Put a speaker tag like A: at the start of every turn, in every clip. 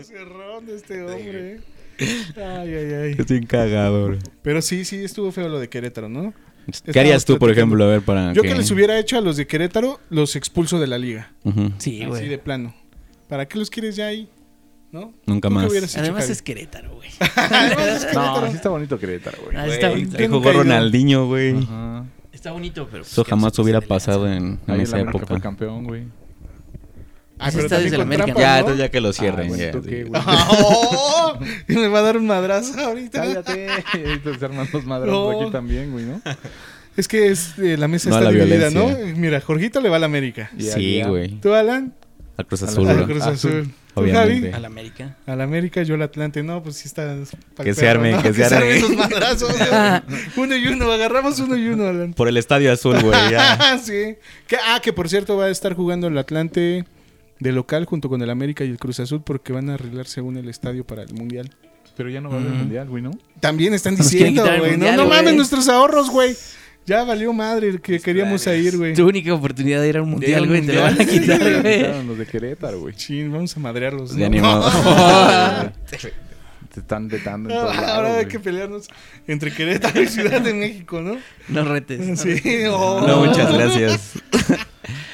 A: Cerrón de este hombre. Ay, ay, ay.
B: Estoy cagado, bro.
A: Pero sí, sí, estuvo feo lo de Querétaro, ¿no?
B: ¿Qué harías tú, por
A: platicando.
B: ejemplo? A ver, para.
A: Yo que les hubiera hecho a los de Querétaro, los expulso de la liga.
B: Ujú.
C: Sí,
A: así
C: güey.
A: de plano. ¿Para qué los quieres ya ahí? ¿No?
B: Nunca
A: ¿Tú qué
B: más.
A: hubieras hecho,
C: Además
A: Javi?
C: es Querétaro, güey.
A: Además es
D: No,
A: Querétaro.
D: sí está bonito Querétaro, güey.
C: Ah, está,
B: Ahí
C: bonito,
B: jugó
A: caído.
B: Ronaldinho, güey.
D: Ajá.
C: está bonito, pero... pues,
B: Eso
C: que
B: jamás
C: se
B: hubiera
C: pase de lanza.
B: pasado ¿eh? en, en
D: Ah, Ahí el
B: esa
D: América fue
B: época.
D: campeón, güey.
A: Ah,
C: Ese
A: pero
C: está
A: también
C: desde
A: con
C: la América.
A: trampa,
B: Ya,
A: ¿no?
B: entonces ya que lo cierren.
D: Ah, bueno,
B: ya,
D: ¿tú
B: sí.
D: qué, güey?
A: Ah, oh, me va a dar un madrazo ahorita.
D: Cállate. Estos hermanos los
A: No.
D: aquí también, güey, ¿no?
A: Es que es, eh, la mesa
B: No a
A: está
B: la
A: dividida,
B: violencia.
A: ¿no? Mira, Jorgito le va a la América.
D: Y
B: Sí,
D: allá-
B: güey.
A: ¿Tú, Alan?
B: A Cruz
D: A la-
B: Azul,
A: A la
B: bro.
A: Cruz
D: Azul,
A: Azul. ¿Tú,
B: obviamente.
A: Javi?
C: Al América.
A: Al América, yo al Atlante. No, pues sí está... pa'l
B: Que se
A: perro,
B: arme, que se arme.
A: esos madrazos. güey. uno y uno, agarramos uno y uno, Alan.
B: Por el Estadio Azul, güey. ya.
A: Ah, sí. Que- ah, que por cierto va a estar jugando el Atlante de local junto con el América y el Cruz Azul porque van a arreglar según el estadio para el Mundial.
D: Pero ya no va a
A: Mm.
D: haber mundial, güey, ¿no?
A: También están
C: Nos quieren
A: diciendo,
C: quitar el
A: güey. No,
C: Mundial,
A: no
C: güey. Pues
A: mames nuestros ahorros, güey. Ya valió madre el que queríamos a ir, güey.
C: Tu única oportunidad de ir a un
A: ir al
C: mundial, güey. Te lo
A: mundial.
C: van a quitar, güey.
D: Quitaron los de Querétaro, güey.
A: Chin, vamos a madrearlos.
B: Pues Ya
A: ¿no?
B: ni modo.
D: Te están vetando en todos lados,
A: Ah, Ahora hay
D: güey.
A: que pelearnos entre Querétaro y Ciudad de México, ¿no?
C: No retes.
A: Sí, oh.
B: No, muchas gracias.
C: es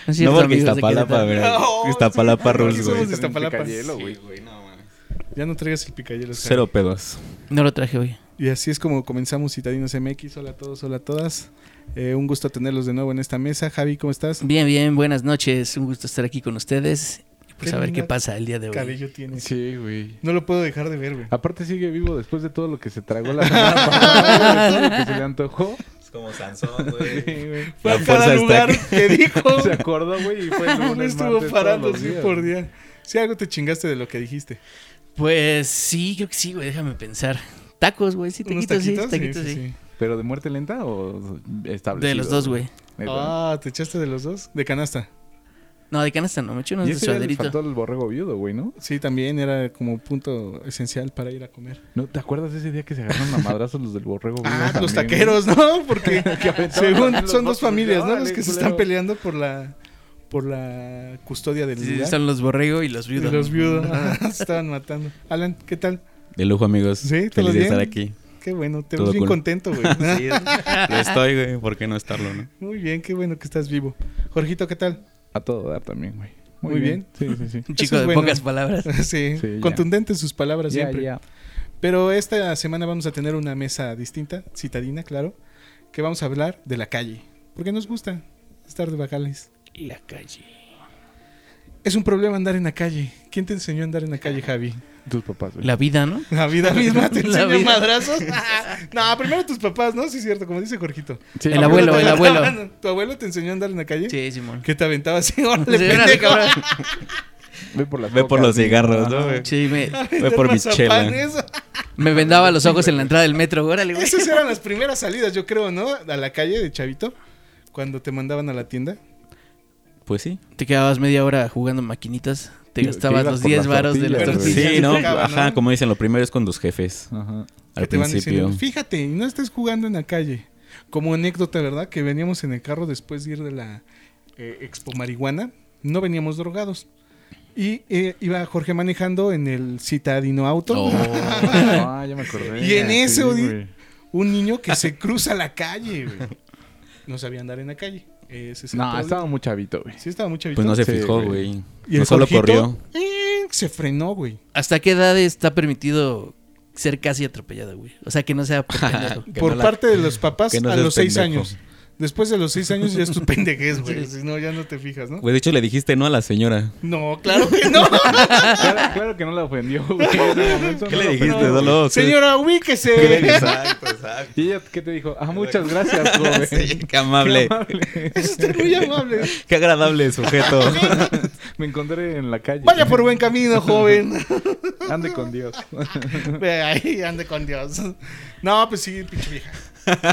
B: No
C: cierto,
B: porque
C: amigos de
B: Iztapalapa,
C: Querétaro.
B: bro.
A: No,
B: Iztapalapa
A: sí,
B: Rules,
A: somos
B: güey.
A: de
D: También
A: Iztapalapa.
D: Picayelo, güey.
A: Ya no traigas el picayelo. Javi.
B: Cero pedos.
C: No lo traje hoy.
A: Y así es como comenzamos Citadinos MX. Hola a todos, hola a todas. Eh, un gusto tenerlos de nuevo en esta mesa. Javi, ¿cómo estás?
C: Bien, bien, buenas noches. Un gusto estar aquí con ustedes. Y
A: Qué
C: Pues a ver qué
A: lindo
C: pasa el día de hoy.
A: Cabello tienes.
D: Sí, güey.
A: No lo puedo dejar de ver, güey.
D: Aparte sigue vivo después de todo lo que se tragó la semana pasada, güey, todo lo que se le antojó.
B: Es como Sansón,
D: Sí, güey.
A: Fue
B: La
A: a cada
B: fuerza
A: lugar
B: está
A: que dijo.
D: Se acordó, güey, y fue el
A: No
D: lunes,
A: estuvo
D: martes,
A: parando
D: todos los
A: así
D: días,
A: por
D: güey.
A: día. Si algo te chingaste de lo que dijiste.
C: Pues sí, creo que sí, güey. Déjame pensar. Tacos, güey. Sí,
A: ¿Unos
C: taquitos, sí.
A: taquitos? Sí,
C: Taquitos, sí.
A: sí, sí.
D: ¿Pero de muerte lenta o establecido?
C: De los dos, güey.
D: Neta.
A: Ah, ¿te echaste de los dos? De canasta.
C: No, de canasta no. Me eché unos
D: y
C: de
D: ese día les
C: suaderito.
D: faltó el borrego viudo, güey, ¿no?
A: Sí, también era como punto esencial para ir a comer.
D: ¿No te acuerdas de ese día que se agarraron a madrazos los del borrego viudo?
A: Ah, los
D: también, güey?
A: taqueros, ¿no? Porque
D: Que aventaban también
A: según
D: los
A: son dos
D: vasos,
A: familias, ¿no?
D: órale,
A: Los que se
D: culero.
A: están peleando por la por la custodia del
C: Sí, sí,
A: lugar.
C: son los borrego y los
A: Y
C: viudos.
A: los viudos ajá, se estaban matando. Alan, ¿qué tal?
B: De lujo, amigos.
A: Sí, ¿todo
B: Feliz de
A: bien?
B: estar aquí.
A: Qué bueno, te
B: Todo
A: ves bien
B: cool.
A: contento, güey.
B: Sí, lo estoy, güey. ¿Por qué no estarlo, no?
A: Muy bien, qué bueno que estás vivo. Jorgito, ¿qué tal?
D: A todo dar también, güey.
A: Muy
D: Sí, sí, sí.
A: Eso
C: Un chico
A: es
C: de
A: bueno.
C: pocas palabras.
A: Sí,
D: Sí, ya.
A: contundentes sus palabras
D: Ya,
A: siempre.
D: ya.
A: Pero esta semana vamos a tener una mesa distinta, citadina, claro, que vamos a hablar de la calle, porque nos gusta estar de bajales.
C: Y la calle.
A: Es un problema andar en la calle. ¿Quién te enseñó a andar en la calle, Javi?
D: Tus papás, güey.
C: La vida, ¿no?
A: La vida misma te
C: La
A: enseña
C: vida.
A: madrazos. no, primero tus papás, ¿no? Sí, es cierto, como dice Jorgito.
D: Sí,
C: El abuelo, el abuelo.
A: ¿Tu abuelo te enseñó a andar en la calle?
C: Sí, Simón.
A: Que te aventaba así, órale,
C: Sí, órale,
A: pendejo.
C: cabrón.
D: Ve por, las
B: Ve por
D: cocas,
B: los
D: güey. Ah,
B: cigarros, ¿no,
D: Ajá.
B: güey?
C: Sí, me,
B: Ve por mi chela.
A: Mazapanes.
C: me vendaba los ojos en la entrada del metro. Órale, güey.
A: Esas eran las primeras salidas, yo creo, ¿no? A la calle de Chavito, cuando te mandaban a la tienda.
B: Pues sí.
C: Te quedabas media hora jugando maquinitas. Te
D: Que-
C: gastabas
D: que
C: los
D: ibas
C: 10
D: por las
C: varos de las
D: tortillas,
C: tortillas.
B: Sí,
A: sí,
B: ¿no?
A: te acaba,
B: Ajá,
A: ¿no?
B: como dicen, lo primero es con tus jefes.
D: Ajá.
A: que
B: Al
A: te van
B: principio.
A: diciendo, fíjate, no estés jugando en la calle. Como anécdota, ¿verdad? Que veníamos en el carro después de ir de la eh, Expo Marihuana. No veníamos drogados. Y eh, iba Jorge manejando en el citadino auto.
B: Oh.
D: Ah, ya me acordé.
A: Y en
D: Sí,
A: ese,
D: güey.
A: Odi- Un niño que se cruza la calle, güey. No sabía andar en la calle. Ese es el
D: No,
A: problema.
D: estaba muy chavito, güey.
A: Sí, estaba muy chavito.
B: Pues no se
D: Sí,
B: fijó,
D: güey.
B: güey.
A: Y el
B: No solo
A: Jorgito,
B: corrió.
A: eh, se frenó, güey.
C: ¿Hasta qué edad está permitido ser casi atropellado, güey? O sea, que no sea por pendejo.
B: Que
A: por
B: no la-
A: parte de los papás
B: que no
A: a
B: seas
A: los seis
B: pendejo.
A: años. Después de los seis años ya es tu pendejez, güey. Si no, ya no te fijas, ¿no?
B: Güey, de hecho le dijiste no a la señora.
A: No, claro que no.
D: Claro, claro que no la ofendió, güey. En ese momento
B: ¿Qué
D: no
B: le
D: la
B: dijiste,
D: ofendió.
B: Dolo?
A: Señora, ubíquese.
B: Exacto, exacto.
D: ¿Y ella qué te dijo? Ah, muchas gracias, joven.
B: Sí, qué
D: Qué
B: amable.
D: amable.
A: Usted es muy amable.
B: Qué agradable sujeto.
D: Me encontré en la calle.
A: Vaya por buen camino, joven.
D: Ande con Dios.
A: Ve Ahí ande con Dios. No, pues sí, pinche vieja.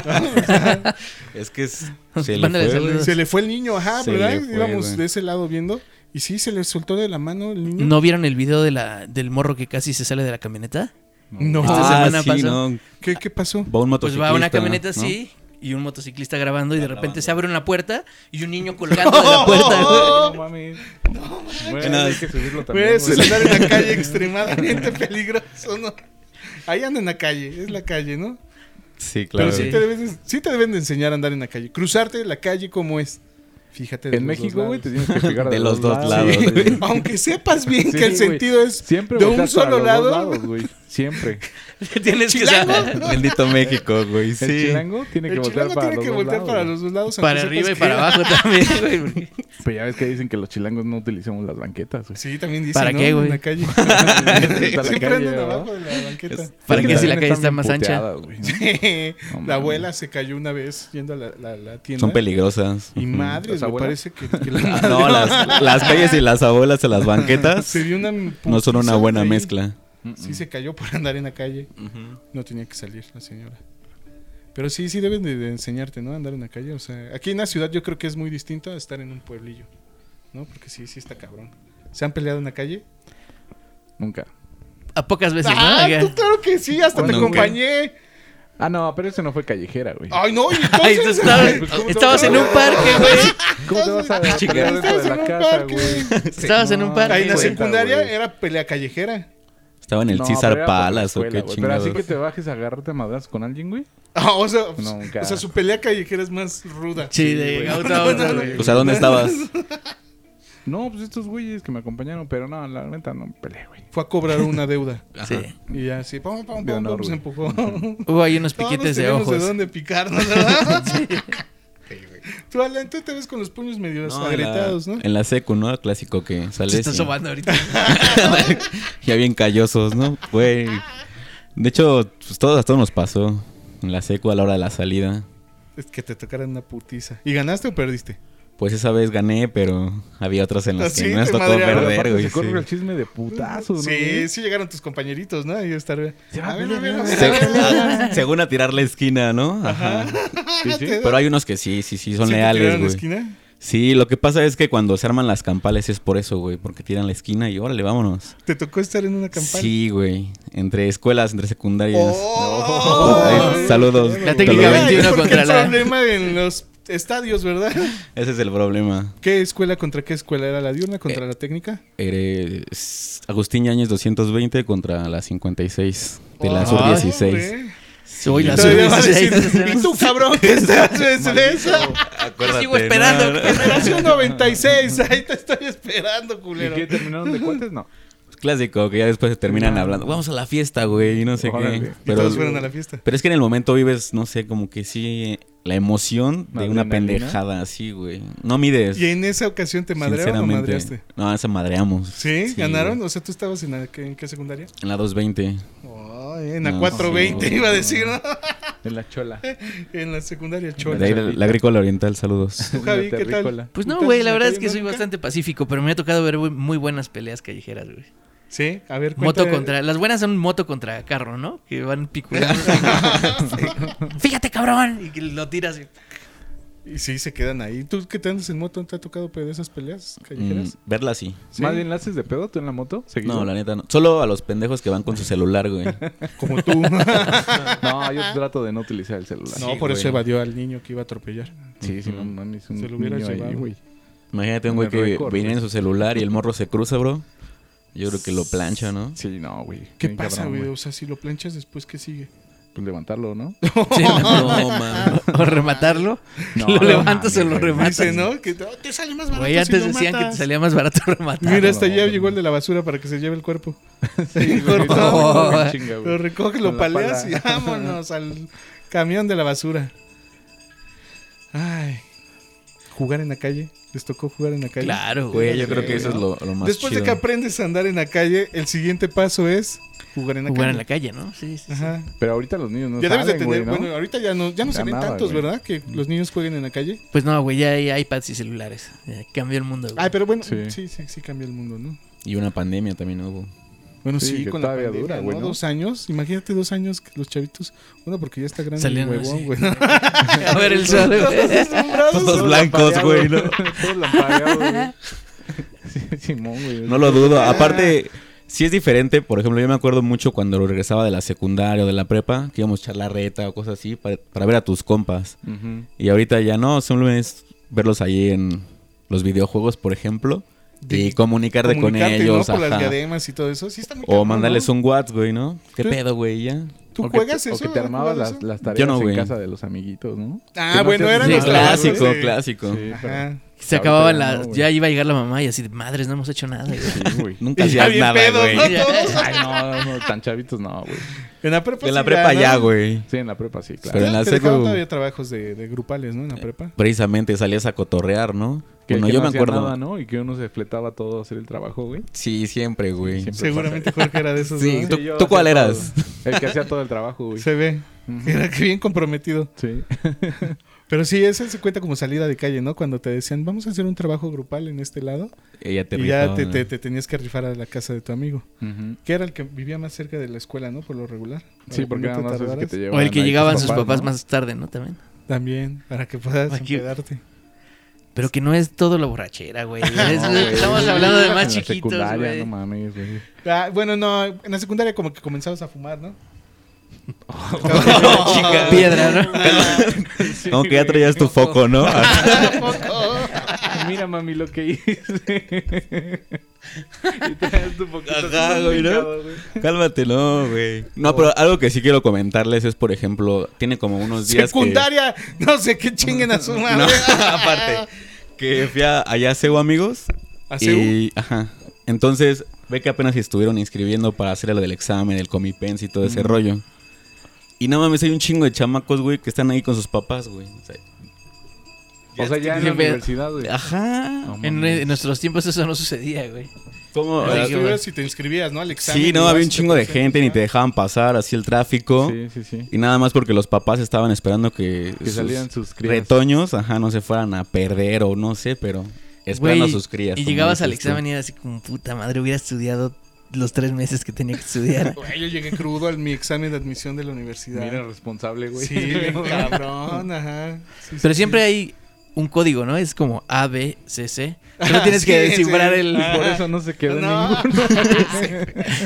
B: Es que es- se le
C: Mándale
B: fue,
C: saludos.
B: güey.
A: Se le fue el niño, ajá,
B: Se
A: ¿verdad?
B: le fue,
A: Íbamos
B: güey.
A: de ese lado viendo. Y sí, se le soltó de la mano el niño.
C: ¿No vieron el video de la, del morro que casi se sale de la camioneta?
A: No.
C: Esta
B: Ah,
C: semana
B: sí,
C: pasó.
B: no.
A: ¿Qué, qué pasó?
B: Va un
C: Pues
B: motociclista.
C: va una camioneta
B: ¿no?
C: así y un motociclista grabando y de
B: Está
C: repente
B: grabando.
C: se abre una puerta y un niño colgando de la puerta, güey.
D: No mames. Bueno, hay que subirlo también.
A: Pues
D: güey.
A: andar en la calle extremadamente peligroso, ¿no? Ahí anda en la calle, es la calle, ¿no?
B: Sí, claro.
A: Pero sí
C: Sí.
A: te, deben, de- sí te deben de enseñar a andar en la calle. Cruzarte la calle como es. Fíjate. de
D: En
A: los dos
D: México, güey, te
A: lados.
D: tienes que pegar
B: De los dos
A: Sí,
B: lados,
A: güey. Aunque sepas bien
D: Sí,
A: que el
D: güey.
A: sentido es
D: Siempre
A: de un
D: volteas para
A: solo
D: los dos
A: lado.
D: lados, güey. Siempre.
C: Tienes que saber
B: Bendito México, güey.
D: El
B: Sí.
D: chilango tiene que
A: El
D: voltear
A: chilango
D: para
A: tiene
D: los
A: que
D: dos
A: voltear
D: lados.
A: para
D: güey.
A: los dos lados.
C: para
A: aunque
C: arriba y
A: sepas
C: para
A: que-
C: abajo también, güey. porque-
D: Pero ya ves que dicen que los chilangos no utilizamos las banquetas, güey.
A: Sí, también dicen,
C: ¿Para
A: ¿no?
C: qué, güey?
A: En la calle.
D: Hasta la
A: Siempre
D: calle,
A: andan
D: ¿verdad?
A: abajo de la banqueta.
B: Es-
C: Para
D: Es
C: que si la
D: también
C: calle está
D: están
C: más
D: bien
C: ancha.
D: puteadas, güey, ¿no? No mames.
A: la abuela se cayó una vez yendo a la, la- la tienda.
B: Son peligrosas.
A: Y madre,
D: ¿Las
A: me
D: abuelas?
A: parece que, que la madre-
B: Ah, No, las, las calles y las abuelas de las banquetas
A: se dio una
B: no son una
A: putiza
B: buena
A: ahí.
B: mezcla.
A: Sí se cayó por andar en la calle. No tenía que salir la señora. Pero sí, sí deben de, de enseñarte, ¿no? Andar en la calle. O sea, aquí en la ciudad yo creo que es muy distinto a estar en un pueblillo, ¿no? Porque sí, sí está cabrón. ¿Se han peleado en la calle?
D: Nunca.
C: A pocas veces, Pues ¿no?
A: ¡Ah,
C: Acá.
A: tú claro que sí! ¡Hasta te
B: Nunca.
A: acompañé!
D: Ah, no, pero eso no fue callejera, güey.
A: ¡Ay, no! ¿Y
C: Ay, tú
A: entonces?
C: estabas,
D: pues, ¿cómo te
C: estabas
D: vas a-
C: en un parque, güey.
D: ¿Cómo te vas a
A: Pero
D: pelear dentro
A: estabas
D: de
A: en
D: la
A: un
D: casa,
A: parque.
D: güey?
C: Estabas en un
D: No,
C: parque,
A: Ahí en la
C: güey.
A: secundaria
D: güey.
A: era pelea callejera.
B: Estaba en el
D: No, pero
B: César
D: era por la
B: Palace o
D: escuela,
B: qué
D: güey. Pero así
B: chingados.
D: que te bajes a agarrarte a madrazos con alguien, güey.
A: Ah, o, sea,
D: Nunca.
A: o sea, su pelea callejera es más ruda.
C: Sí, de auto a auto, güey.
B: O sea, ¿dónde estabas?
D: No, pues estos güeyes que me acompañaron, pero no, la neta no peleé, güey.
A: Fue a cobrar una deuda.
C: Sí.
A: Y ya así, pam, pam,
D: De
A: pam,
D: honor,
A: pam, se
D: güey.
A: empujó.
C: Hubo ahí unos
A: Todos
C: piquetes de
A: tenemos
C: ojos.
A: de dónde picarnos, ¿verdad? Tú, Alan, tú te ves con los puños medio
B: No, en, la,
A: agrietados, ¿no?
B: en la secu, ¿no? El clásico que
C: Se
B: sale
C: está sobando ahorita.
B: ya bien callosos, ¿no? Güey. De hecho, pues, todo, a todos nos pasó en la secu a la hora de la salida.
A: Es que te tocaran una putiza. ¿Y ganaste o perdiste?
B: Pues esa vez gané, pero había otras en las
A: Sí,
B: que no nos
A: te
B: tocó
A: madrearon.
D: Pero
B: perder,
D: aparte
B: güey.
D: se corre el
B: sí.
D: chisme de putazos, ¿no?
A: Sí, sí llegaron tus compañeritos, ¿no? Y yo estar...
D: Se va
A: A
D: a
A: ver, a ver, a
D: pelear, a
A: ver,
D: ver.
A: a ver.
B: Se- a- según a tirar la esquina, ¿no? Ajá.
D: Sí, sí.
B: Pero hay unos que sí, sí, sí, son
A: ¿Sí te
B: leales,
A: tiraron la
B: güey.
A: esquina?
B: Sí, lo que pasa es que cuando se arman las campales es por eso, güey. Porque tiran la esquina y órale, vámonos.
A: ¿Te tocó estar en una campana?
B: Sí, güey. Entre escuelas, entre secundarias.
A: ¡Oh!
B: Ay, saludos.
C: La técnica
B: Saludos.
C: 21
A: porque
C: contra
A: el
C: la-
A: problema en los estadios, ¿verdad?
B: Ese es el problema.
A: ¿Qué escuela contra qué escuela? ¿Era la diurna contra la técnica?
B: Eres Agustín Yáñez 220 contra la 56 de la
A: Ay,
B: sub 16.
A: hombre.
C: Hoy
A: Y
C: la
A: todavía va a decir,
C: sub-16.
A: ¿Y tú, cabrón? ¿Qué estás de esa?
C: Yo Pues sigo esperando.
A: Generación 96, ahí te estoy esperando,
D: ¿Y
A: culero.
D: qué terminaron de cuates? No.
B: Clásico, que ya después se terminan hablando. Vamos a la fiesta, güey, y no sé
D: Órale.
B: qué.
D: Y
A: Y todos fueron
B: Pero,
A: a la fiesta.
B: pero es que en el momento vives, no sé, como que sí, la emoción de una
D: Adrenalina.
B: pendejada así, güey. No mides.
A: ¿Y en esa ocasión te madrearon o
B: sinceramente.
A: madreaste?
B: No, esa madreamos.
A: ¿Sí? ¿Ganaron?
B: güey.
A: O sea, ¿tú estabas en la, qué- en qué secundaria?
B: En la 220.
A: Oh, en la
B: No,
A: 420
B: sí.
A: iba a decir, ¿no?
D: En la chola.
A: En la secundaria
B: De ahí,
A: Chola.
B: la, la agrícola oriental, saludos.
A: Tú, Javi,
D: En la
A: ¿qué tal?
D: terrícola.
C: Pues no,
A: Entonces,
C: güey, la
A: ¿me
C: verdad
A: caes
C: es que
A: mal
C: soy
A: nunca?
C: bastante pacífico, pero me ha tocado ver güey, muy buenas peleas callejeras, güey.
A: Sí, a ver,
C: Moto
A: cuéntame.
C: contra. Las buenas son moto contra carro, ¿no? Que van picuando. Fíjate, cabrón. Y que lo tiras. y-
A: Y sí, se quedan ahí. ¿Tú qué te andas en moto? ¿Te ha tocado pe- de esas peleas
B: Mm,
A: callejeras?
B: verla así.
A: Sí.
D: ¿Más bien la haces de pedo tú en la moto? ¿Seguido?
B: No, la neta no. Solo a los pendejos que van con su celular, güey.
A: Como tú.
D: No, yo trato de no utilizar el celular.
A: no,
B: Sí,
A: por eso
B: güey.
A: evadió al niño que iba a atropellar.
D: Sí, sí, no mames. Un
A: Se lo hubiera
D: niño ahí,
A: llevado.
D: güey.
B: Imagínate un güey
D: El
B: que
D: récord,
B: viene
D: güey.
B: en su celular y el morro se cruza, bro. Yo creo que lo plancha, ¿no?
D: Sí, no, güey.
A: ¿Qué
D: Bien
A: pasa,
D: cabrón,
A: güey? O sea, si lo planchas después, ¿qué sigue?
D: Pues levantarlo, ¿no?
C: Sí,
B: No, mames.
C: o rematarlo.
D: No,
C: lo
D: no
C: levantas o
D: mames,
C: lo
D: güey.
C: rematas.
A: Dice, ¿no? Que "Oh, te sale más barato.
C: Güey,
A: si
C: antes
A: lo
C: decían que te
A: matas".
C: salía más barato rematar.
A: Mira, hasta
D: no,
A: ya
D: no,
A: llegó
D: no.
A: el de la basura para que se lleve el cuerpo.
D: Sí, güey,
A: Cortó.
D: no, güey, chinga, güey.
A: Lo recoge, lo
D: Con la
A: paleas
D: pala.
A: y vámonos al camión de la basura. Ay. Jugar en la calle. ¿Les tocó jugar en la calle?
C: Claro,
B: Güey,
C: güey.
B: yo creo que eso es lo, lo más
A: Después
B: chido.
A: de que aprendes a andar en la calle, el siguiente paso es jugar en la
C: Jugar en
A: calle.
C: la calle, ¿no? Sí, sí. sí.
A: Ajá.
D: Pero ahorita los niños no
A: ya debes de
D: salen,
A: tener,
D: güey, ¿no?
A: bueno, ahorita ya no, ya no
D: Ya
A: se ven
D: nada,
A: tantos,
D: güey.
A: ¿verdad? Que los niños jueguen en la calle.
C: Pues no, güey, ya hay iPads y celulares. Ya cambió el mundo, güey.
A: Ay, pero bueno, sí,
D: Sí.
A: sí, sí, cambia el mundo, ¿no?
B: Y una pandemia también hubo.
A: Bueno, sí,
D: Sí, que
A: con la
D: todavía
A: pandemia,
D: dura,
A: ¿no?
D: güey, ¿no?
A: Dos años, imagínate dos años que los chavitos, bueno, porque ya está grande
C: Salían
A: el huevón,
C: así.
A: güey.
C: A ver el sol,
A: Todos
C: güey.
A: deslumbrados.
B: Todos blancos, güey. ¿no?
D: Todos lampareados, güey. Sí, Simón, güey.
A: Ah.
B: No lo dudo. Aparte, Sí es diferente, por ejemplo, yo me acuerdo mucho cuando regresaba de la secundaria o de la prepa, que íbamos a echar la reta o cosas así para, para ver a tus compas. Y ahorita ya no, solo es verlos ahí en los videojuegos, por ejemplo, y
A: De-
B: comunicarte con
A: Comunicarte, ¿no?
B: ellos,
A: Por las
B: ajá.
A: diademas y todo eso. Sí está muy
B: O
A: cabrón,
B: mandarles
A: ¿no?
B: un WhatsApp, güey, ¿no? ¿Qué
A: ¿Tú-
B: pedo, güey? Ya.
A: ¿Tú
D: O que-
A: juegas eso?
D: O que te
A: ¿Has
D: armabas
A: jugado
D: las,
A: eso?
D: las tareas
B: no,
D: en
B: güey.
D: casa de los amiguitos, ¿no?
A: Ah,
D: Que no
A: bueno,
D: hacías
A: eran
D: ni
B: Sí,
A: los
D: nada, güey.
B: clásico,
A: trabajadores de-
B: clásico.
D: Sí, pero-
A: Ajá.
C: Se
D: Ahorita
C: acababan
D: ya
C: las.
D: no, güey.
C: ya iba a llegar la mamá y así de madres, no hemos hecho nada. güey".
D: Sí, güey.
B: Nunca
A: Y ya
B: hacías
A: bien
B: nada,
A: pedos,
B: güey.
A: ¿no?
C: Ya.
D: Ay, no, no, tan chavitos no, güey.
A: En la prepa
B: En la
A: sí,
B: prepa
A: Pues, ¿no?
B: ya, güey.
D: Sí, en la prepa sí, claro.
B: Pero en la
A: Te dejaban
B: secu-
A: todavía trabajos de, de grupales, ¿no? En la prepa.
B: Precisamente salías a cotorrear, ¿no?
D: Que,
B: bueno,
D: que
B: yo
D: no
B: me
D: hacía
B: acuerdo.
D: nada, ¿no? Y que uno se fletaba todo a hacer el trabajo, güey.
B: Sí, siempre, güey.
D: siempre.
A: Seguramente Jorge era de esos.
B: Sí,
A: ¿no?
B: ¿Tú-
D: yo
B: tú
D: hacía
B: cuál
D: todo.
B: eras?
D: El que hacía todo el trabajo, güey.
A: Se ve.
D: Ujú.
A: Era que bien comprometido.
D: Sí.
A: Pero sí, ese se cuenta como salida de calle, ¿no? Cuando te decían, vamos a hacer un trabajo grupal en este lado.
B: Ella te
A: y ya
B: rifaba,
A: te,
B: ¿no?
A: te- te tenías que rifar a la casa de tu amigo.
D: Ujú.
A: Que era el que vivía más cerca de la escuela, ¿no? Por lo regular.
D: Sí,
A: Para
D: porque
A: no
D: nada
A: te
D: más es que
A: tardaras.
D: te
C: O
D: llevaban
C: el que
D: ahí tus
C: llegaban sus papás
D: ¿no?
C: más tarde, ¿no? También.
A: También, para que puedas
C: Aquí-
A: quedarte.
C: Pero que no es todo la borrachera, güey. Es-
D: No, güey.
C: Estamos hablando de
D: En
C: más
D: la
C: chiquitos,
D: secundaria,
C: güey.
D: No mames, güey.
A: Ah, bueno, no, en la secundaria como que comenzabas a fumar, ¿no?
B: Chica.
C: Piedra, ¿no?
B: Como que ya traías tu foco, ¿no?
D: Ah, Mira, mami, lo que hice. y traes tu poquito
B: Ajá,
D: así
B: güey, ¿no?
D: brincado, güey.
B: Cálmate, no, güey. No, pero algo que sí quiero comentarles es, por ejemplo, tiene como unos días que-
A: Secundaria, no sé qué chinguen a su
B: No,
A: madre.
B: aparte. Que fui a, allá a CEU, amigos.
A: ¿A
B: Y, ajá. Entonces, ve que apenas estuvieron inscribiendo para hacer lo del examen, el comipens y todo ese rollo. Y no mames, hay un chingo de chamacos, güey, que están ahí con sus papás, güey. O sea,
D: O sea, ya en
C: Qué
D: la
C: pedo.
D: universidad, güey.
B: ajá.
D: No
C: En,
D: mames.
C: en nuestros tiempos eso no sucedía, güey.
B: ¿Cómo?
A: Pero
C: Ay,
A: si
C: qué bueno.
A: ibas y te inscribías, ¿no? Al examen.
B: Sí, no,
A: ibas
B: había
A: y
B: un
A: te
B: chingo de
A: presentabas,
B: gente, ni
A: ¿no?
B: te dejaban pasar, así el tráfico.
D: Sí, sí, sí.
B: Y nada más porque los papás estaban esperando que,
D: Que
B: sus
D: salían sus crías.
B: retoños, ajá, no se fueran a perder o no sé, pero esperando
C: Güey,
B: a sus crías.
C: Y
B: como
C: llegabas al
B: dices tú.
C: examen y era así como, puta madre, hubiera estudiado los tres meses que tenía que estudiar.
A: Güey, yo llegué crudo al mi examen de admisión de la universidad.
D: Mira, responsable, güey.
A: sí, bien cabrón, ajá. Sí,
C: Pero
A: sí,
C: siempre
A: sí.
C: hay un código, ¿no? Es como A, B, C, C. Solo tienes
A: Ah, Sí,
C: que descifrar
A: sí. Ah.
C: el...
D: Por eso no se quedó en
A: No.
D: ninguno.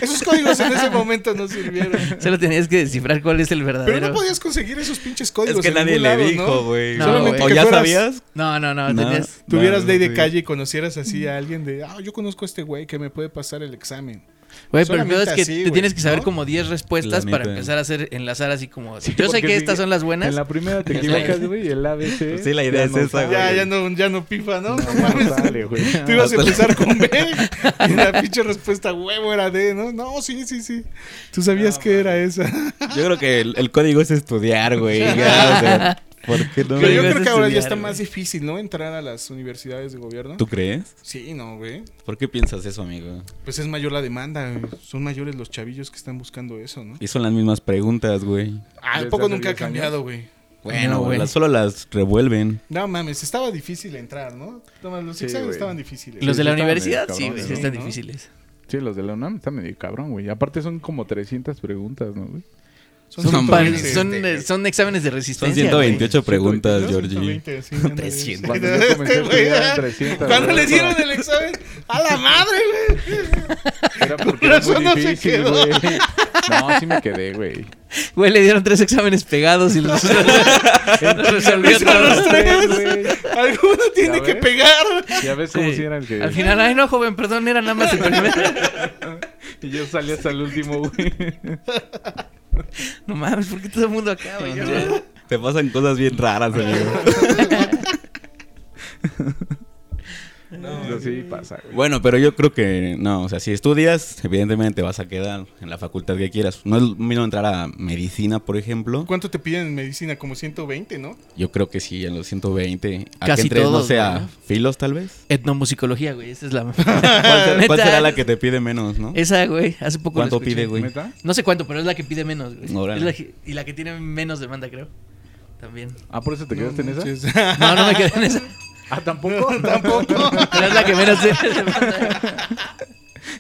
A: Esos códigos en ese momento no sirvieron.
C: Solo tenías que descifrar cuál es el
A: Pero
C: verdadero.
A: no podías conseguir esos pinches
B: Es
A: códigos.
B: que
A: en
B: nadie
A: ningún
B: le
A: lado,
B: dijo,
A: ¿no?
B: güey.
C: No, No, güey.
B: o
A: que
B: ya
A: fueras-
B: sabías.
C: no, no, no,
B: No.
C: tenías...
A: Tuvieras
B: No,
A: ley de
B: güey.
A: calle y conocieras así a alguien de, ah, yo conozco a este güey que me puede pasar el examen.
C: Güey, pero el pedo es
A: Solamente
C: que
A: así,
C: te
A: güey,
C: tienes que saber
A: ¿no?
C: como 10 respuestas
B: La
C: para
B: neta.
C: empezar a hacer enlazar así como... Yo sé
D: porque
C: que
D: sí,
C: estas son las buenas.
D: En la primera te
C: Es la
D: equivocas,
C: idea.
D: güey, y el ABC.
B: Sí, la idea
D: ya
B: es
D: no
B: esa,
D: sale,
B: Ah, güey.
A: Ya, ya no, ya no pifa, ¿no? No
D: No,
A: mames.
D: no sale, güey.
A: Tú ibas a
B: Hasta la-
A: empezar con B y la pinche respuesta huevo era D, ¿no? No, sí, sí, sí. Tú sabías que era esa.
B: Yo creo que el, el código es estudiar, güey. ya, o sea, ¿Por qué no?
A: Pero yo
C: ibas a
A: creo que ahora ya
C: estudiar,
A: está
C: güey.
A: más difícil, ¿no? Entrar a las universidades de gobierno.
B: ¿Tú crees?
A: Sí, no, güey.
B: ¿Por qué piensas eso, amigo?
A: Pues es mayor la demanda. güey. Son mayores los chavillos que están buscando eso, ¿no?
B: Y son las mismas preguntas, güey.
A: Ah,
D: Desde
A: poco
D: hace
A: nunca ha
D: 10 años.
A: cambiado, güey.
C: Bueno,
B: Bueno,
C: güey.
B: las- solo las revuelven.
A: No mames, estaba difícil entrar, ¿no? Toma, los
D: Sí,
A: exámenes
D: güey.
A: estaban difíciles.
C: Los de la
D: Sí, sí estaban
C: universidad,
D: medio
C: sí, güey, sí
A: cabrones,
C: están
A: ¿no?
C: difíciles.
D: Sí, los de la UNAM están medio cabrón, güey. Aparte son como 300 preguntas, ¿no, güey?
B: Son
C: Son,
B: Sí,
C: pa-
B: güey.
C: son, eh, son exámenes de
B: Son
C: resistencia. güey.
B: 128 preguntas, Georgie.
A: 120, sí, ándale. Este
B: 300.
D: Cuando yo comencé a estudiar eran 300,
A: Cuando
D: güey.
A: le dieron el examen, a la madre, güey.
D: Era porque
A: Por
D: era
A: eso
D: muy
A: no se
D: difícil,
A: quedó.
D: güey. No, sí me quedé, güey.
C: Güey, le dieron tres exámenes pegados y los resolvió
A: Son los
C: todos.
A: tres. Alguno tiene
D: ¿Ya
A: que
D: ves?
A: pegar.
D: Ya ves cómo
C: Sí.
D: si era el que...
C: Al final, ay no, joven, perdón, era nada más el primero.
D: Y yo salí hasta el último, güey.
C: No mames, ¿por qué todo el mundo acá, güey? Yo no-
B: Te pasan cosas bien raras, amigo.
D: Eso sí pasa, güey.
B: Bueno, pero yo creo que no, o sea, si estudias, evidentemente vas a quedar en la facultad que quieras. No es lo mismo entrar a medicina, por ejemplo.
A: ¿Cuánto te piden en medicina? Como 120, ¿no?
B: Yo creo que sí, en los 120. A que
C: Casi
B: entres,
C: todos,
B: no sea
C: güey, ¿no?
B: filos, tal vez.
C: Etnomusicología, güey, esa es la.
B: ¿Cuál, ser- cuál
C: Neta,
B: será la que te pide menos, no?
C: Esa, güey, hace poco. la
B: ¿Cuánto
C: escuché.
B: pide, güey?
D: ¿Neta?
C: No sé cuánto, pero es la que pide menos, güey.
B: Órale.
C: Es la que- y la que tiene menos demanda, creo. También.
D: Ah, ¿por eso te quedaste en esa?
A: esa?
C: No, no me quedé en esa.
D: Ah, ¿tampoco?
A: Tampoco.
C: Pero es la que menos tiene demanda.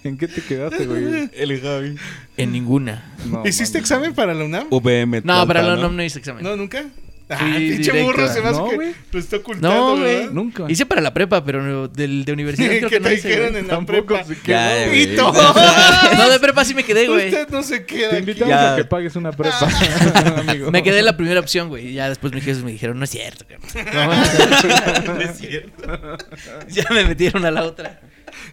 D: ¿En qué te quedaste, güey?
B: El Javi.
C: En ninguna.
D: No,
A: ¿Hiciste
D: mames.
A: examen para la UNAM?
B: VM.
C: No, para
B: Tlalpan,
C: la UNAM no hice examen.
A: No, nunca. Ah,
C: Fui
A: pinche burro
C: directo.
A: se me hace
D: No,
A: que
D: güey.
A: lo está ocultando,
C: No, güey.
A: ¿verdad?
D: Nunca.
C: Hice para la prepa, pero no- del, de universidad creo
A: que
C: que no
A: te
C: hice,
A: dijeron
C: güey.
A: en la
D: Tampoco
A: prepa.
D: se
B: Ya,
D: queda.
B: güey.
A: ¡Hito!
C: No, de prepa sí me quedé, güey.
A: Usted no se queda
D: Te
A: aquí.
D: invitamos
B: Ya.
D: a que pagues una prepa, amigo.
C: Me quedé en la primera opción, güey. Y ya después mis jefes me dijeron, no es cierto. cabrón". no es cierto. ya me metieron a la otra.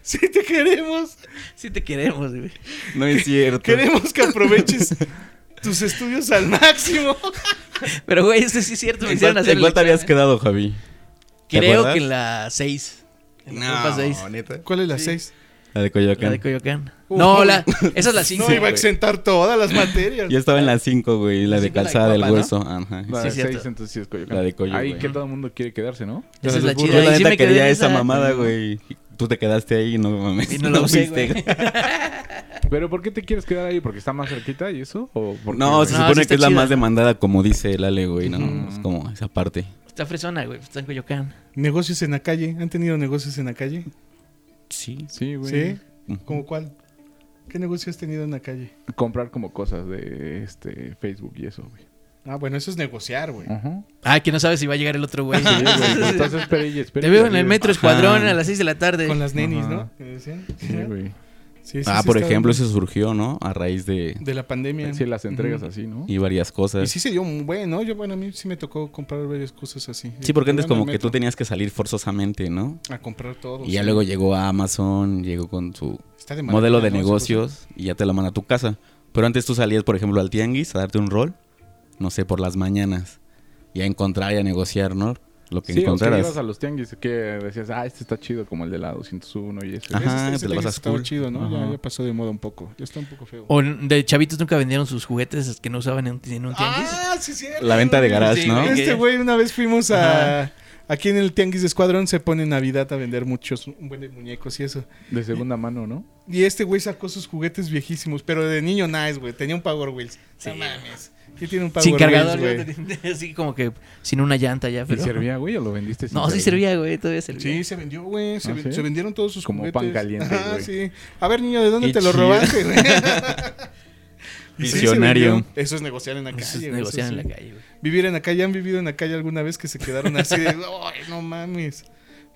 A: Sí te queremos.
C: Sí te queremos, güey.
B: No es cierto.
A: Queremos que aproveches tus estudios al máximo.
C: Pero, güey, eso sí es cierto. Me
B: ¿En
C: hicieron
B: cuál,
C: hacer
B: en cuál
C: el
B: te habías
C: examen.
B: quedado, Javi? ¿Te
C: Creo
B: acuerdas?
C: que en la 6. En la prepa 6.
B: neta.
A: ¿Cuál es la 6?
B: La de Coyoacán.
C: La de Coyoacán.
A: Uh,
C: no, la, esa es la 5.
A: No, iba a
B: güey.
A: exentar todas las materias.
B: Yo estaba en la 5, güey. La de
C: Cinco, la de
B: calzada del
C: Coapa, ¿no?
B: hueso. Ajá.
D: La
C: Sí,
D: de
C: es cierto.
D: seis, entonces sí es Coyoacán.
B: La de Coyo,
D: Ahí
B: güey.
D: que todo el mundo quiere quedarse, ¿no?
C: Esa es la chida.
B: Yo
C: Ahí
B: la
C: sí
B: neta
C: me quedé
B: quería
C: en
B: esa
C: esa.
B: mamada, güey. Y Tú te quedaste ahí, no mames.
C: Y no la usé,
B: fuiste,
C: güey.
D: ¿Pero por qué te quieres quedar ahí? ¿Porque está más cerquita y eso? ¿O porque,
B: No, se
C: No, sí
B: supone
C: está
B: que es la
C: chida.
B: más demandada, como dice el Ale, güey. No,
A: Ujú.
B: es como esa parte.
C: Está fresona, güey. Está en Coyoacán.
A: Negocios en la calle. ¿Han tenido negocios en la calle?
B: Sí.
D: Sí, güey.
A: ¿Sí?
B: Mm.
A: ¿Cómo cuál? ¿Qué negocio has tenido en la calle?
D: Comprar como cosas de este Facebook y eso, güey.
A: Ah, bueno, eso es negociar, güey.
D: Ajá.
C: Ah, que no sabes si va a llegar el otro güey.
D: Sí, güey. Entonces espere y espere.
C: Te
D: y
C: veo en
D: arriba.
C: el metro escuadrón a las 6 de la tarde.
A: Con las nenis,
D: Ajá.
A: ¿no? Que decían.
D: Sí, güey.
A: Sí, sí,
B: Ah,
A: sí
B: por
A: está-
B: ejemplo, eso surgió, ¿no? A raíz de...
A: De la pandemia.
D: Si las entregas
A: Ujú.
D: así, ¿no?
B: Y varias
A: Y
B: cosas.
A: sí se dio un buen, ¿no? Yo, bueno, a mí sí me tocó comprar varias cosas así.
B: Sí, porque antes
A: Iban al
B: como que tú
A: metro
B: tenías que salir forzosamente, ¿no?
A: A comprar
C: Oh,
A: todo.
B: Y ya
A: sí.
B: luego llegó a Amazon, llegó con su
A: Está de
B: modelo
A: maravilla,
B: de
A: ¿no? Esa cosa.
B: negocios y ya te la mandan a tu casa. Pero antes tú salías, por ejemplo, al tianguis a darte un rol, no sé, por las mañanas, y a encontrar y a negociar, ¿no? Lo que
D: Sí, o que
B: encontraras.
D: ibas a los tianguis que decías, ah, este está chido, como el de la 201 y eso.
B: Ajá,
A: Ese- ese
B: te la
A: tenis
B: pasas
A: estaba
B: cool.
A: chido, ¿no? Ya,
D: Ajá.
A: ya pasó de moda un poco. Ya está un poco feo.
C: O de chavitos nunca vendieron sus juguetes que no usaban en, un- en un tianguis.
A: ah, sí, cierto.
B: La venta de garage,
C: Sí,
B: ¿no?
C: güey.
A: Este güey, una vez fuimos a. Aquí en el Tianguis de Escuadrón se pone en Navidad a vender muchos un buen de muñecos y eso.
D: De segunda mano, ¿no?
A: Y este güey sacó sus juguetes viejísimos, pero de niño nice, güey. Tenía un Power Wheels.
C: Sí.
A: No mames. ¿Qué tiene un Power
C: sin cargador,
A: Wheels, güey?
C: güey. así como que sin una llanta ya, pero.
D: ¿Y servía, güey, o lo vendiste? sin
C: Ah, No, sí
D: servir?
C: servía, güey, todavía servía.
A: Sí, se vendió, güey. Se,
D: ¿Ah,
A: ven-
D: sí?
A: se vendieron todos sus
D: Como
A: juguetes.
D: pan caliente,
A: Ah,
D: güey.
A: sí. A ver, niño, ¿de dónde
B: Qué
A: te lo
B: chido.
A: robaste, güey? Y sí, se
B: Visionario.
A: vendió. eso es negociar en la calle.
C: Pues,
A: güey,
C: negociar
A: eso
C: en la
A: sí.
C: calle, güey.
A: Vivir en la calle. ¿Han vivido en la calle alguna vez que se quedaron así de, ay, no mames?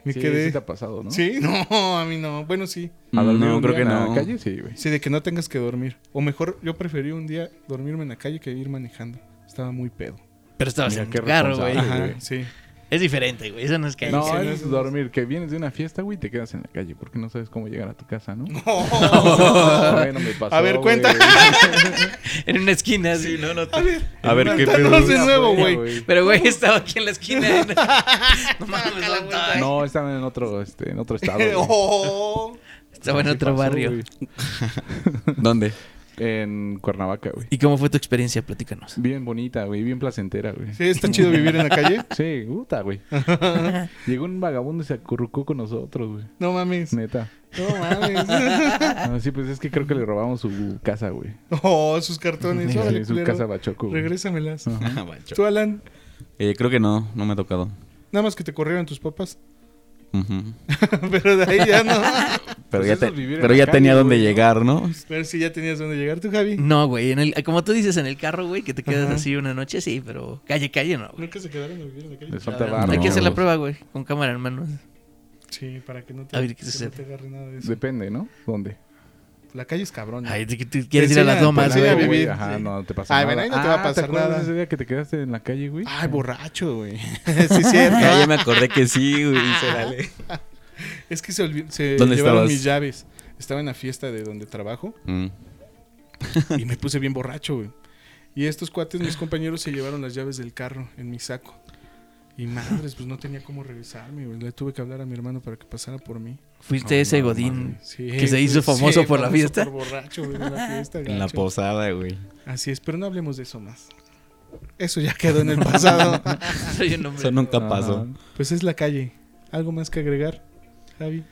A: Me
D: Sí,
A: quedé.
D: sí te ha pasado, ¿no?
A: Sí, no, a mí no. Bueno, sí.
D: ¿A dormir
B: No,
D: un
B: creo
D: día
B: que
D: en
B: no.
D: la calle? Sí, güey.
A: Sí, de que no tengas que dormir. O mejor, yo preferí un día dormirme en la calle que ir manejando. Estaba muy pedo.
C: Pero estabas
D: Mira,
C: en
D: qué
C: tu carro, güey.
D: responsable.
A: Ajá,
D: güey.
A: sí.
C: Es diferente, güey. Eso no es calle.
D: No,
A: sí,
D: es
A: sí.
D: dormir. Que vienes de una fiesta, güey, y te quedas en la calle porque no sabes cómo llegar a tu casa, ¿no? Bueno, me pasó,
A: A ver,
D: güey.
A: cuenta.
C: en una esquina, sí, no, no.
A: A ver,
B: A ver,
D: Ah,
B: ¿qué
A: cuéntanos
B: pedo?
A: de nuevo, güey.
C: Pero, güey, estaba aquí en la esquina. no No mames, no estaba.
D: No, estaban en otro, este, en otro estado. güey.
A: Oh.
C: Estaba en
D: Sí
C: otro
D: pasó,
C: barrio.
D: güey.
B: ¿Dónde?
D: En Cuernavaca, güey.
C: ¿Y cómo fue tu experiencia? Platícanos.
D: Bien bonita, güey, bien placentera, güey.
A: Sí, está chido vivir en la calle.
D: Sí, puta, güey. Llegó un vagabundo y se acurrucó con nosotros, güey.
A: No mames.
D: Neta.
A: No mames.
D: Ah, sí, pues es que creo que le robamos su casa, güey.
A: Oh, sus cartones.
D: Sí,
A: Órale,
D: su
A: culero.
D: casa bachoco, güey.
A: Regrésamelas.
D: Ajá.
A: Tú, Alan,
B: Eh, creo que no, no me ha tocado.
A: nada más que te corrieron tus papás.
B: Ujú.
A: Pero de ahí ya no.
B: Pero
D: Pues
B: ya,
D: eso
B: te-
D: es vivir en
B: pero
D: la
B: ya
D: calle,
B: tenía
D: güey,
B: dónde
D: ¿no?
B: llegar, ¿no?
A: Pero si ya tenías dónde llegar tú, Javi.
C: No, güey, en el, como tú dices, en el carro, güey, que te quedas
A: Ajá.
C: así una noche, sí, pero calle, calle, no, güey.
A: Nunca se quedaron a vivir en la calle.
D: Les falta
C: La verdad,
D: barro.
C: Hay que hacer la
B: güey.
C: prueba, güey, con cámara en mano.
A: Sí, para que no te,
C: A ver, ¿qué
A: que
C: se
A: no
C: hace?
A: te agarre nada de eso.
D: Depende, ¿no? ¿Dónde?
A: La calle es cabrón. ¿no?
C: Ay, ¿tú- tú quieres ir a
A: enseña-
C: las lomas,
A: te enseña
C: güey.
A: a
D: Pues Güey,
A: vivir,
D: Ajá,
A: sí.
D: no te pasa
A: Ay,
D: nada. Ah,
A: bueno, ahí no te va a pasar
D: ¿te acuerdas
A: nada.
D: de ese día que te quedaste en la calle, güey?
A: Ay, borracho, güey. sí, cierto.
B: Ah, ya me acordé que sí, güey. dice el Ale.
A: Es que se, olvi- se
B: ¿Dónde
A: llevaron
B: estabas?
A: mis llaves. Estaba en la fiesta de donde trabajo
B: Mm.
A: y me puse bien borracho, güey. Y estos cuates, mis compañeros, se llevaron las llaves del carro en mi saco. Y madres, pues no tenía cómo regresarme, güey. Le tuve que hablar a mi hermano para que pasara por mí.
C: Fuiste ese Godín.
A: Sí,
C: Que se hizo
A: güey,
C: famoso por la fiesta.
A: Por borracho, güey, en la fiesta.
B: En la
A: gacho.
B: posada, güey.
A: Así es, pero no hablemos de eso más. Eso ya quedó en el pasado.
C: Soy un hombre.
B: Eso nunca
D: Ajá.
B: pasó.
A: pues es la calle. ¿Algo más que agregar, Javi?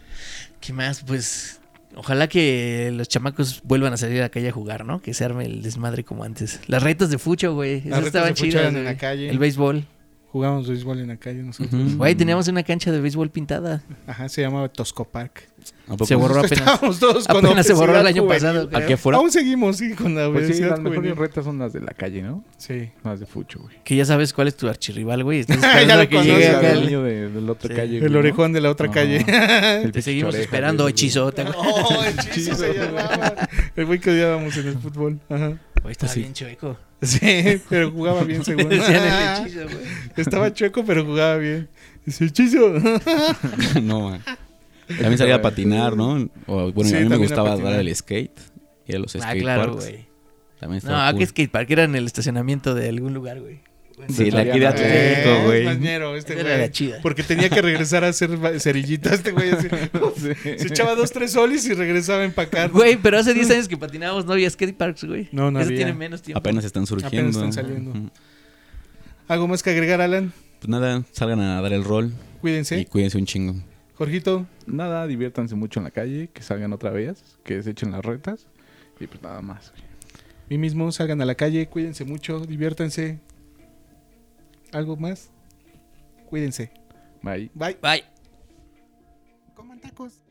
C: ¿Qué más? Pues ojalá que los chamacos vuelvan a salir a la calle a jugar, ¿no? Que se arme el desmadre como antes. Las retas de fucho, güey. Esas
A: retas de
C: estaban
A: fucho
C: chidas.
A: eran en la
C: güey.
A: calle.
C: El béisbol.
A: Jugábamos béisbol en la calle nosotros.
C: Güey, teníamos una cancha de béisbol pintada.
A: Ajá, se llamaba Tosco Park.
B: ¿A poco?
C: Se borró
A: Nosotros
C: apenas.
A: Estábamos todos Pues con
C: Apenas se borró el
A: obesidad
C: año
A: juvenil.
B: ¿A
C: pasado. creo.
B: qué fuera?
A: Aún seguimos, sí, con la
D: Pues sí,
A: obesidad
D: las mejores
A: juvenil.
D: retas son las de la calle, ¿no?
A: Sí.
D: Las de Fucho, güey.
C: Que ya sabes cuál es tu archirrival, güey. Estás
A: Ya
C: esperando
A: lo
C: a que
A: conoces,
C: llegue
A: ya lo
C: acá
D: el
C: el-
D: niño de, de la otra
C: Sí.
D: calle.
A: El orejón de la otra
D: Ajá.
A: calle.
C: Te seguimos esperando, hechizo. ¿te acuerdas?
A: Oh, el chiste se llamaba. El güey que odiábamos en el fútbol. Ajá.
C: Güey, estaba
B: Así.
C: bien chueco.
A: Sí, pero jugaba bien según.
C: Decían el hechizo, güey.
A: Estaba chueco, pero jugaba bien. Dice, hechizo.
B: no, man. También salía a patinar, ¿no? O, bueno,
A: Sí,
B: a mí me
A: también a
B: gustaba
A: patinar.
B: dar el skate. Y a los
C: Ah,
B: skate
C: claro,
B: parks.
C: güey.
B: También
C: No,
B: estaba
C: ah, que
B: cool.
C: skatepark era en el estacionamiento de algún lugar, güey.
B: Sí, la aquí de
D: Eh,
B: Atlético,
A: Eh,
B: Ah, güey.
A: mañero, este
C: Era
A: güey.
C: la chida.
A: Porque tenía que regresar a hacer va- cerillitas este güey. así. Se echaba dos, tres soles y regresaba a empacar.
C: Güey, pero hace 10 años que patinábamos no había skateparks, güey.
A: No, no
C: Eso
A: había.
C: tiene menos tiempo.
B: Apenas están surgiendo.
A: están saliendo.
B: Ujú.
A: ¿Algo más que agregar, Alan?
B: Pues nada, salgan a dar el rol y
A: Cuídense.
B: cuídense un chingo.
A: Jorgito,
D: Nada, diviértanse mucho en la calle, que salgan otra vez, que se echen las retas y pues nada más. güey.
A: mí mismo, salgan a la calle, cuídense mucho, diviértanse. ¿Algo más? Cuídense.
D: Bye.
A: Bye.
C: Bye.
A: Coman tacos.